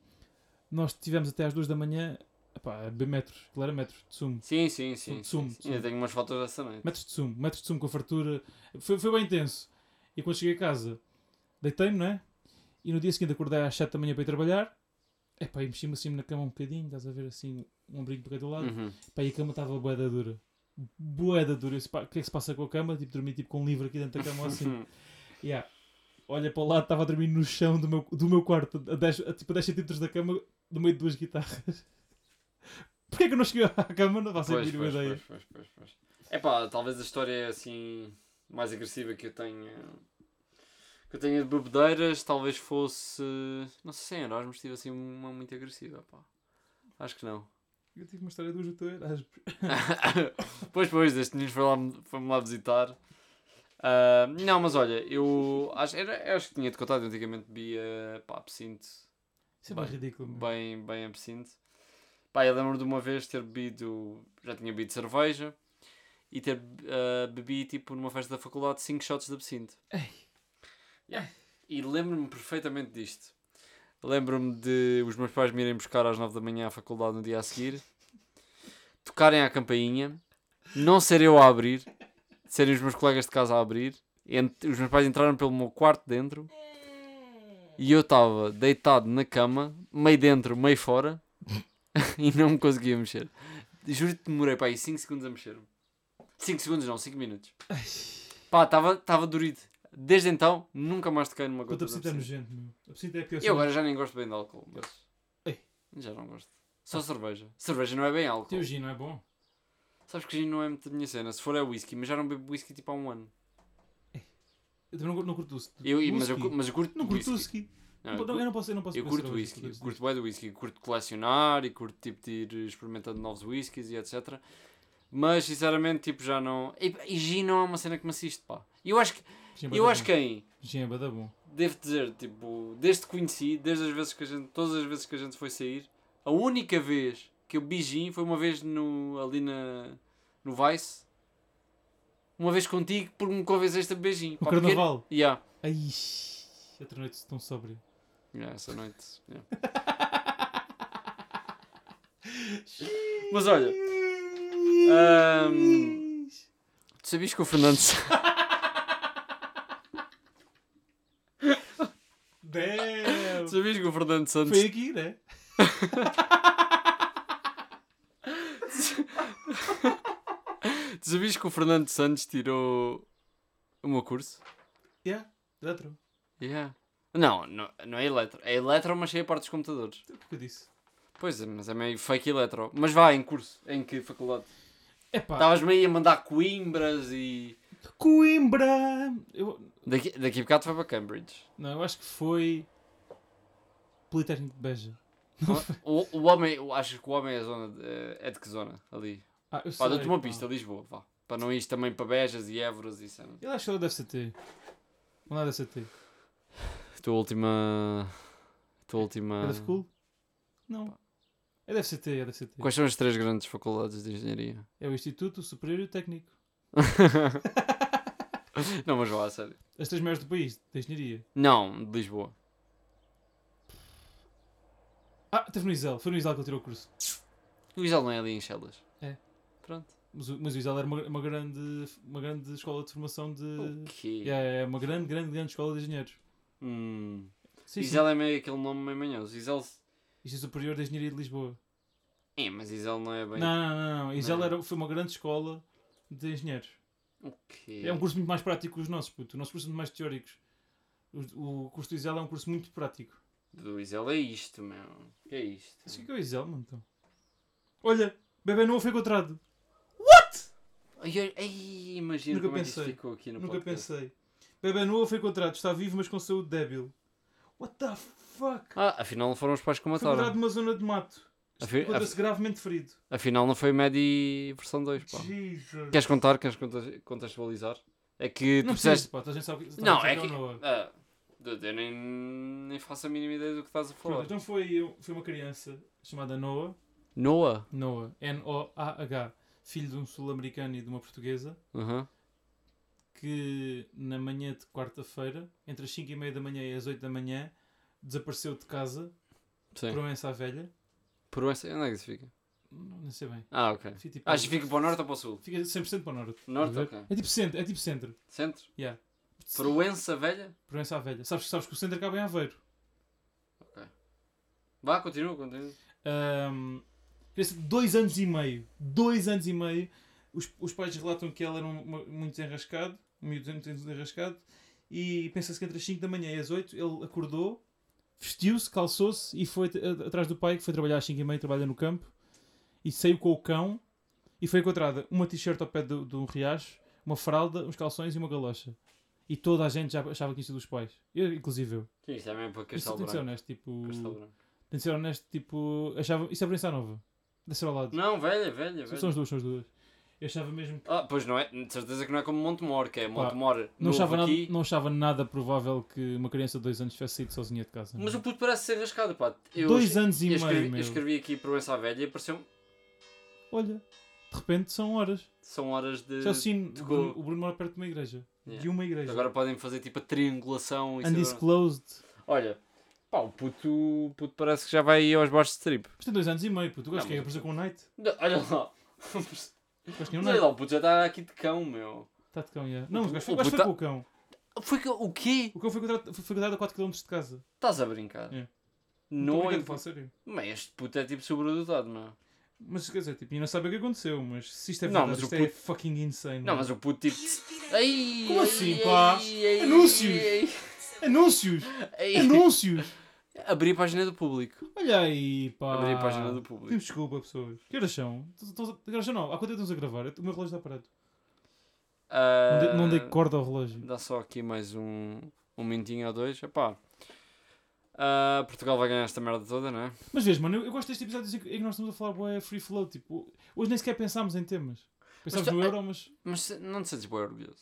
nós estivemos até às 2 da manhã, epá, a beber metros, aquilo era metros de sumo. Sim, sim, sim. Sumo, sim, sim. sumo. Eu tenho umas fotos dessa noite. metros de sumo, metros de sumo com a fartura. Foi, foi bem intenso. E quando cheguei a casa, deitei-me, não é? E no dia seguinte acordei às 7 da manhã para ir trabalhar. Epá, e mexi-me assim na cama um bocadinho, estás a ver assim, um ombrinho para cada lado. Uhum. Epá, e a cama estava boeda dura. Boeda dura. Eu disse, pá, o que é que se passa com a cama? Tipo, dormi tipo com um livro aqui dentro da cama ou assim. Yeah. Olha para o lado, estava a dormir no chão do meu, do meu quarto, a 10, a, tipo a 10 centímetros da cama, no meio de duas guitarras. Porquê é que eu não cheguei à cama? Não faço a Pois, mínima pois, ideia. pois, pois, pois, pois. É pá, talvez a história assim mais agressiva que eu tenha que eu tenha de bebedeiras talvez fosse. Não sei se em Erasmus tive assim uma muito agressiva, pá. Acho que não. Eu tive uma história do Juto Erasmus. pois, pois, este menino foi lá- foi-me lá, visitar. Ah, não, mas olha, eu acho, era, acho que tinha de contar, eu antigamente bebia pá, absinto, Isso é bem Bem, ridículo. meu. bem, bem absinto. Pá, eu lembro de uma vez ter bebido, já tinha bebido cerveja e ter ah, bebi tipo numa festa da faculdade 5 shots de absinto. Yeah. E lembro-me perfeitamente disto. Lembro-me de os meus pais me irem buscar às 9 da manhã à faculdade no dia a seguir, tocarem à campainha, não ser eu a abrir, serem os meus colegas de casa a abrir. Ent- os meus pais entraram pelo meu quarto dentro e eu estava deitado na cama, meio dentro, meio fora, e não me conseguia mexer. Juro-te, demorei para aí 5 segundos a mexer-me. 5 segundos, não, 5 minutos. Pá, estava dorido. Desde então, nunca mais toquei numa gota Puta, a de psita é absinto. nojento, meu. A psita é a pior Eu cena. agora já nem gosto bem de álcool, mas. Ei. Já não gosto. Só cerveja. Cerveja não é bem álcool. Teu gin não é bom? Sabes que gin não é muito a minha cena. Se for é whisky, mas já não bebo whisky tipo há um ano. Eu também não, não curto whisky. Eu, mas, eu, Whisky? cu- mas eu curto Não curto whisky. whisky. um Não, Não, eu, eu, cu- não posso, eu não posso eu beber curto cerveja, whisky. Curto bem do whisky. Curto colecionar e curto tipo de ir experimentando novos whiskies e etc. Mas sinceramente, tipo, já não. E, e gin não é uma cena que me assiste, pá. Eu acho que, Gin é bué eu da acho bom. que em. Gin é bué da bom. devo dizer, tipo, desde que conheci, desde as vezes que a gente, todas as vezes que a gente foi sair, a única vez que eu bebi gin foi uma vez no, ali na, no Vice. Uma vez contigo, porque me convenceste a beber gin. O Pá, porque- carnaval. Yeah. Ai, outra noite tão sóbrio. Yeah, essa noite. yeah. Mas olha, ahm, tu sabias que o Fernando. Sa- Damn! tu sabias que o Fernando Santos. Foi aqui, né? Tu sabias que o Fernando Santos tirou o meu curso? Yeah, eletro. Yeah. Não, não, não é eletro. É eletro, mas cheia a parte dos computadores. O que eu disse? Pois é, mas é meio fake eletro. Mas vá, em curso. Em que faculdade? Epá, Estavas meio a mandar Coimbras e. Coimbra! Eu, Daqui, daqui a bocado foi para Cambridge. não, eu acho que foi. Politécnico de Beja. O, o homem, eu acho que o homem é a zona. De, é de que zona? Ali. Ah, Pá, eu sei, dou-te uma pá. pista, Lisboa. Vá. Para não ir também para Bejas e Évores e cenas. Eu acho que ele é deve ser T. Não é deve ser T. Tua última. Tua última. É da FCUL? Não. É deve ser T, é deve ser T. Quais são as três grandes faculdades de engenharia? É o Instituto, o Superior e o Técnico. não, mas vá, a sério. As três maiores do país, da engenharia. Não, de Lisboa. Ah, teve no Isel. Foi no Isel que ele tirou o curso. O Isel não é ali em Chelas. É. Pronto. Mas, o- mas o Isel era uma, uma grande, uma grande escola de formação de... O quê? É, é uma grande, grande, grande escola de engenheiros. Hum. Sim, Isel é meio aquele nome meio manhoso. Isel. sim. Isto é superior da engenharia de Lisboa. É, mas Isel não é bem. Não, não, não. não. Isel Não. era, foi uma grande escola de engenheiros. O quê? É um curso muito mais prático que os nossos, puto. Os nossos cursos são é muito mais teóricos. O, o curso do Isel é um curso muito prático. Do Isel é isto, meu. Que é isto? Mas o que é que é o Isel, mano, então? Olha, bebê não foi encontrado. Ai, ai, ai, imagina Nunca como é que pensei. isto ficou aqui no Nunca podcast. pensei. Bebê Noah foi encontrado, está vivo, mas com saúde débil. What the fuck? Ah, afinal não foram os pais que o foi encontrado mataram. numa zona de mato. Afi- Encontra-se gravemente ferido. Afinal não foi Maddie versão 2, pá. Jesus. Queres contar? Queres conte- contextualizar? É que Não tu disseste. precisas, pá, toda a gente sabe toda a Não, gente é sabe que. o Noah. Ah, dude, eu nem, nem faço a mínima ideia do que estás a Pronto, falar. então foi, foi uma criança chamada Noah, Noah. Noah, N-O-A-H, filho de um sul-americano e de uma portuguesa, Aham. que na manhã de quarta-feira, entre as 5 e meia da manhã e as 8 da manhã, desapareceu de casa, Sim. Proença à velha, Por onde onde é que isso fica? não, não sei bem, Ah, ok. fica, tipo, Acho que fica para o norte ou para o sul? fica 100% para o norte. Norte, Estás a ver? ok. um- É tipo centro, é tipo centro. Centro? Yeah. Proença velha? Proença à velha. Sabes, sabes que o centro acaba em Aveiro. Vá, continua, continua. Ahm, criança de dois anos e meio. Dois anos e meio. Os, os pais relatam que ela era um- uma- muito desenrascado, um miúdo muito desenrascado, e pensa-se que entre as 5 da manhã e as 8 ele acordou, vestiu-se, calçou-se e foi at- at- atrás do pai, que foi trabalhar às 5 e meia, trabalha no campo, e saiu com o cão, e foi encontrada uma t-shirt ao pé do- de um riacho, uma fralda, uns calções e uma galocha. E toda a gente já achava que isto era dos pais. Eu, inclusive eu. Sim, Isto é mesmo para Isto Castelo tem de ser Branco. honesto, tipo... Castelo Branco. Tem de ser honesto, tipo, achava. Isso é prensa nova. Deve ser ao lado. Não, é velha, velha, são velha. as duas, são as duas. Eu achava mesmo. que- Ah, pois não é, de certeza que não é como Montemor, que é Montemor Não novo achava, nada, aqui. não achava nada provável que uma criança de dois anos tivesse saído sozinha de casa. Mas o puto parece ser rascado, pá. Eu, dois anos e eu meio, escrevi, eu meu. escrevi aqui Proença à Velha e apareceu Olha, de repente são horas. São horas de... Já o sino. O Eh, tocou. Bruno, o Bruno mora perto de uma igreja. Yeah. De uma igreja. Agora podem fazer tipo a triangulação e saber- Undisclosed. Olha, pá, o puto, o puto parece que já vai aí aos baixos de strip. Mas tem dois anos e meio, puto. Tu Não, gostas que é Ah, mas- apareceu com um night? Não, Olha lá. Gostas que é um Mas olha night? lá, o puto já está aqui de cão, meu. Está de cão, yeah. Não, mas O gajo foi puta- com o cão. Foi que... O quê? O cão foi encontrado foi- foi encontrado a 4km de casa. Estás a brincar? É. Não Estou é... a falar sério. Mas este puto é tipo sobredotado, meu. Mas quer dizer, tipo, e não sabe o que aconteceu, mas se isto é Não, verdade, mas o isto é puto- fucking insane. Não, mas o puto tipo... Ai, Como ai, assim, pá? ai, ai, Anúncios! ai, Anúncios! ai. Anúncios! Abri a página do público. Olha aí, pá. Abri a página do público. Pedimos desculpa, pessoas. Que horas são? Estão- estão- Que horas são não? Há quanto tempo estamos a gravar? O meu relógio está parado. Não dei- Ah, Não dei corda ao relógio. Dá só aqui mais um, um minutinho ou dois. Epá. Ah, Portugal vai ganhar esta merda toda, não é? Mas vês, mano, eu, eu gosto deste episódio em que em que nós estamos a falar bué free flow. Tipo, hoje nem sequer pensámos em temas. Pensámos tu- no euro, mas Mas se- não te sentes bem orgulhoso.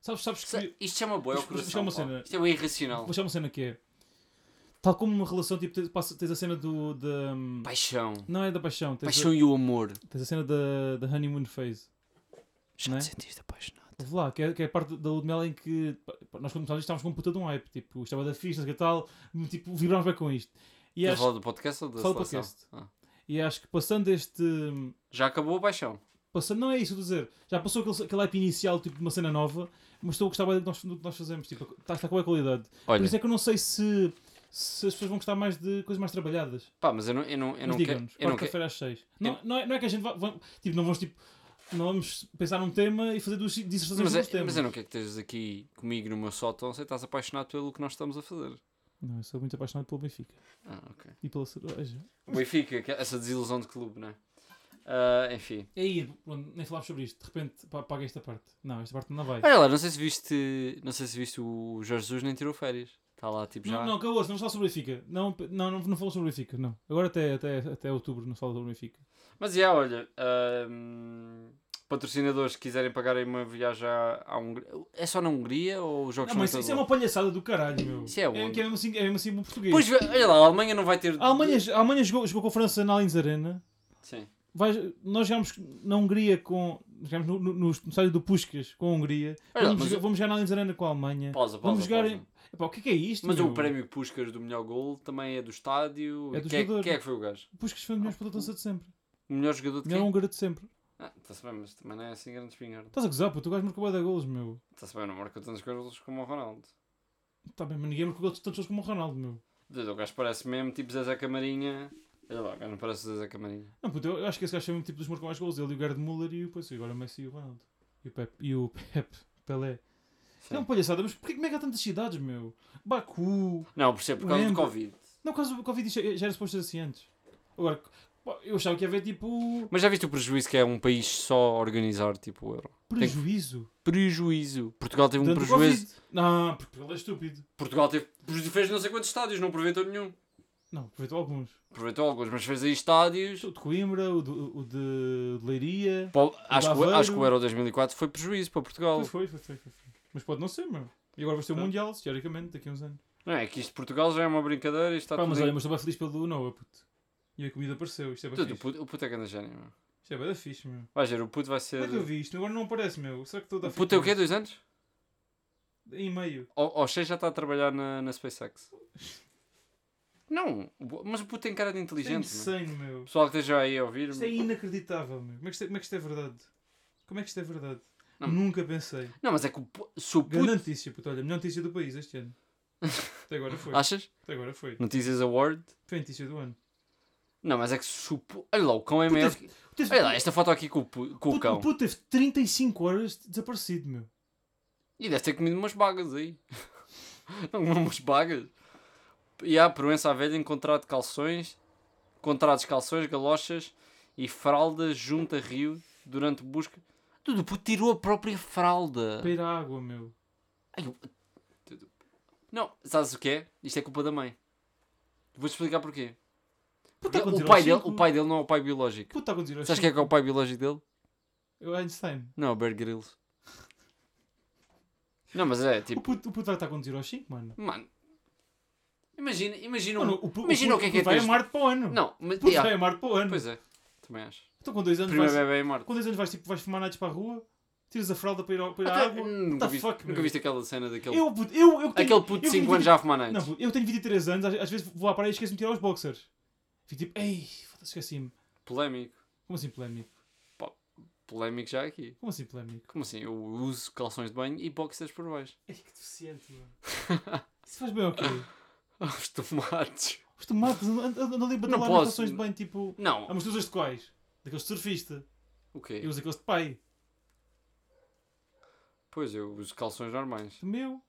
sabes, sabes que... Se- Isto chama boi ao Mas- mas isto é coração. uma pá. cena- Isto é bem irracional. Vou achar uma cena que é... Tal como numa relação, tipo, tens, passa- tens a cena do... da- Paixão. Não é da paixão. Tens, Paixão e o amor. A, tens a cena da, da honeymoon phase. Já Não é? te sentiste apaixonado. Ouve lá, que é, que é a parte da lua de mel em que pá, pá, nós começámos isto, estávamos com um puta de um hype, tipo, estava da ficha, que tal, tipo, vibrámos bem com isto. E Estás a acho, falar do podcast ou da Fala do seleção? podcast. Ah. e acho que passando este. Já acabou a paixão. Passando, não é isso, eu estou a dizer, já passou aquele, aquele hype inicial, tipo, de uma cena nova, mas estou a gostar bem do que nós, do que nós fazemos, tipo, está, está com a qualidade. Por Olha, isso é que eu não sei se, se as pessoas vão gostar mais de coisas mais trabalhadas. pá, mas eu não, eu não, eu mas não quero. digam-nos, Eu não quero. quarta-feira às seis. Não, não, é, não é que a gente vá, vá- tipo, não vamos, tipo, não vamos pensar num tema e fazer duas dissertações Mas, sobre é- os temas. mas eu não quero que estejas aqui comigo no meu sótão se estás apaixonado pelo que nós estamos a fazer. Não, eu sou muito apaixonado pelo Benfica Ah, ok. e pela cerveja. O Benfica, que- é essa desilusão de clube, não é? Ah, enfim. E aí, pronto, nem falámos sobre isto. De repente, pá, paga esta parte. Não, esta parte não vai. Olha lá, não sei se viste, não sei se viste o Jorge Jesus nem tirou férias. Está lá tipo já. Não, não, acabou-se. Não fala sobre o Benfica. Não, pe- não, não, não fala sobre o Benfica, não. Agora até, até, até outubro não se fala sobre o Benfica. Mas já, olha, ahm, patrocinadores que quiserem pagarem uma viagem à, à Hungria. É só na Hungria ou os jogos Não, mas são em isso é todo uma palhaçada do caralho, meu. Isso é onde? que é mesmo assim, é mesmo assim um lado? português. Pois, vê- olha lá, a Alemanha não vai ter. A Alemanha, a Alemanha jogou, jogou com a França na Allianz Arena. Sim. Vai- nós jogámos na Hungria com. Jogámos no, no, no estádio do Puskas com a Hungria. Olha, vamos, mas- jogar- vamos jogar na Allianz Arena com a Alemanha. Pausa, pausa. vamos jogar pausa. em. Epá, o que é que é isto? Mas meu? o prémio Puskas do melhor gol também é do estádio. É do quem, jogador. quem é que foi o gajo? O Puskas foi o melhor espetatança de sempre. O melhor jogador de Melhor um- quem? húngaro de sempre. Ah, está-se bem, mas também não é assim grande espingarda. Estás a gozar, puto. O gajo marcou bué de golos, meu. Está-se bem, não marca tantos golos como o Ronaldo. Está Tá bem, mas ninguém marcou golos tantos golos como o Ronaldo, meu. O gajo parece mesmo tipo Zezé Camarinha. Olha lá, o gajo não parece o Zezé Camarinha. Não, puto, eu acho que esse gajo é o mesmo tipo dos que marcam mais golos. Ele e o Gerd Müller e o pois, agora o Messi e o Ronaldo. E o Pep, e o Pep Pelé. Sim. É uma palhaçada, mas porquê como é que há tantas cidades, meu? Baku. Não, por ser por causa do Lembro. Covid. Não, por causa do Covid isto já já era suposto ser assim antes. Agora, pá, eu achava que ia haver tipo. Mas já viste o prejuízo que é um país só organizar tipo o euro? prejuízo. Prejuízo. Portugal teve um Tanto prejuízo. Covid. Não, porque ele é estúpido. Portugal teve. fez não sei quantos estádios, não aproveitou nenhum. Não, aproveitou alguns. Aproveitou alguns, mas fez aí estádios. O de Coimbra, o de, o de de Leiria. Pô, acho, que, o- Aveiro. acho que o Euro 2004 foi prejuízo para Portugal. Pois foi, foi, foi, foi, foi. Mas pode não ser, meu. E agora vai ser o Tá. Mundial, teoricamente, daqui a uns anos. Não é que isto de Portugal já é uma brincadeira. Isto está Pá, mas tudo. olha, em- mas estou bem feliz pelo Noah, puto. E a comida apareceu. Isto é bem Tudo, o fixe. puto- o puto é grande gênio. meu. Isto é bem da fixe, meu. Vais ver, o puto vai ser. Como é que eu vi isto? Agora não aparece, meu. Será que estou a dar É O puto é o quê? Dois anos? Em meio. O o Shea já está a trabalhar na, na SpaceX. Não, o bu- mas o puto tem cara de Tem inteligente. meu. insano, é meu. O pessoal que esteja aí a ouvir. Isto é inacreditável, meu. Como é que isto é, como é, que isto é verdade? Como é que isto é verdade? Não. Nunca pensei. Não, mas é que o, pu- se o Grande puto. notícia, puto. Olha, a melhor notícia do país este ano. Até agora foi. Achas? Até agora foi. Notícias Award? Foi a notícia do ano. Não, mas é que se o pu- Olha lá, o cão é maior. que- Puto, esse Olha lá, puto- esta foto aqui com o, pu- com o puto- cão. o puto teve 35 horas desaparecido, meu. E deve ter comido umas bagas aí. Não comeu umas bagas. E há Proença à Velha em contrato de calções, contratos de calções, galochas e fralda junto a rio durante busca. Dudu, puto tirou a própria fralda. Para ir à água, meu. Ai, eu- Dudu. Não, sabes o que é? Isto é culpa da mãe. Vou-te explicar porquê. Puto, está a Porque o, conduzir aos pai dele, cinco. o pai dele não é o pai biológico. Puto, está a conduzir aos Sabes quem é que é o pai biológico dele? cinco. É o Einstein. Não, é o Bear Grylls. Não, mas é O tipo. puto, o puto vai estar a conduzir aos 5, mano. Mano. Imagina, imagina, um- Mano, o, pu- imagina o, puto- que é que é puto vai teres- a Marte para o ano. Não, mas. O puto yeah, vai a Marte para o ano. Pois é, também acho. Então com dois anos Primeiro vais, bebê em Marte. com dois anos vais, tipo, vais fumar nights para a rua, tiras a fralda para ir, ao- para ir à Até- água. nunca What the viste, fuck, nunca meu? viste aquela cena daquele. Eu, puto, eu, eu que tenho- Aquele puto de eu que 5 tenho anos já a fumar Não, nights. puto, eu tenho 23 anos, às, às vezes vou à praia e esqueço-me de tirar os boxers. Fico tipo, ei, foda-se, esqueci-me. Polémico. Como assim polémico? Polémico já aqui. Como assim polémico? Como assim? Eu uso calções de banho e boxers por baixo. Ei, que deficiente, mano. Isso faz bem ao quê? Ah, Os tomates. Os tomates andam- andam andam ali a bater Não lá posso. nas ações de banho, tipo... Não. Ah, mas tu usas de quais? Daqueles de surfista. O quê? Eu uso aqueles de pai. Pois, eu uso calções normais. Do meu.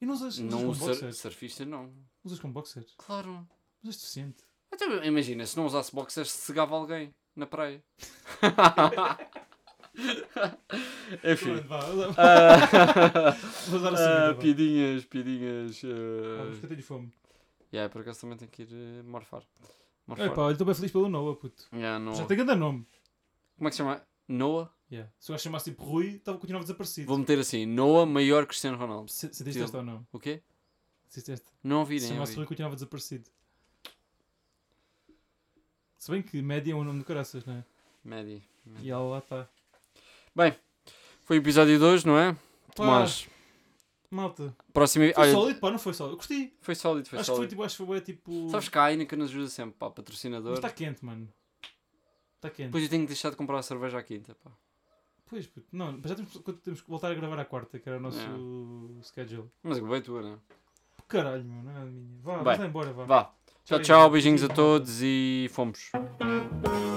E não usas, não Não usas com uso boxers? sur surfista, não. Usas com boxers? Claro. Usas deficiente. Então, imagina, se não usasse boxers, cegava alguém na praia. Enfim. Pronto, vá, vou- Ah, Vou dar a ah, subida, vá. piadinhas, piadinhas. Ah, mas ah. que eu tenho fome. Yeah, por acaso também tenho que ir eh, morfar. Morfar. Epá, Ah, olha, estou bem feliz pelo Noah, puto. Yeah, Noah. Já tem grande nome. Como é que se chama? Noah? Yeah. Se o gajo chamasse tipo Rui, estava continuava desaparecido. Vou meter assim: Noah maior Cristiano Ronaldo. Se, se deste esta ou não? O quê? Se deste esta. Não Se ouvirem. chamasse ouvi. Rui, continuava desaparecido. Se bem que média é um nome de caraças, não é? Médio. Médio. E ela lá tá. está. Foi o episódio 2, não é? Tomás. Malta. Próximo. Foi olha, sólido, pá, não foi sólido. Eu gostei. Foi sólido, foi acho, que foi, sólido. tipo, acho que foi bué, tipo. Sabes que a Heineken nos ajuda sempre, pá, Mas tá- patrocinador. está quente, mano. Está quente. Depois eu tenho que deixar de comprar a cerveja à quinta, pá. Pois, puto. Não, mas já temos, temos que voltar a gravar à quarta, que era o nosso schedule. Mas a culpa é tua, não Caralho, meu, não é a minha. Vá, Bem. vai embora, Vá. Tchau, tchau. Beijinhos a todos e fomos. Tchau.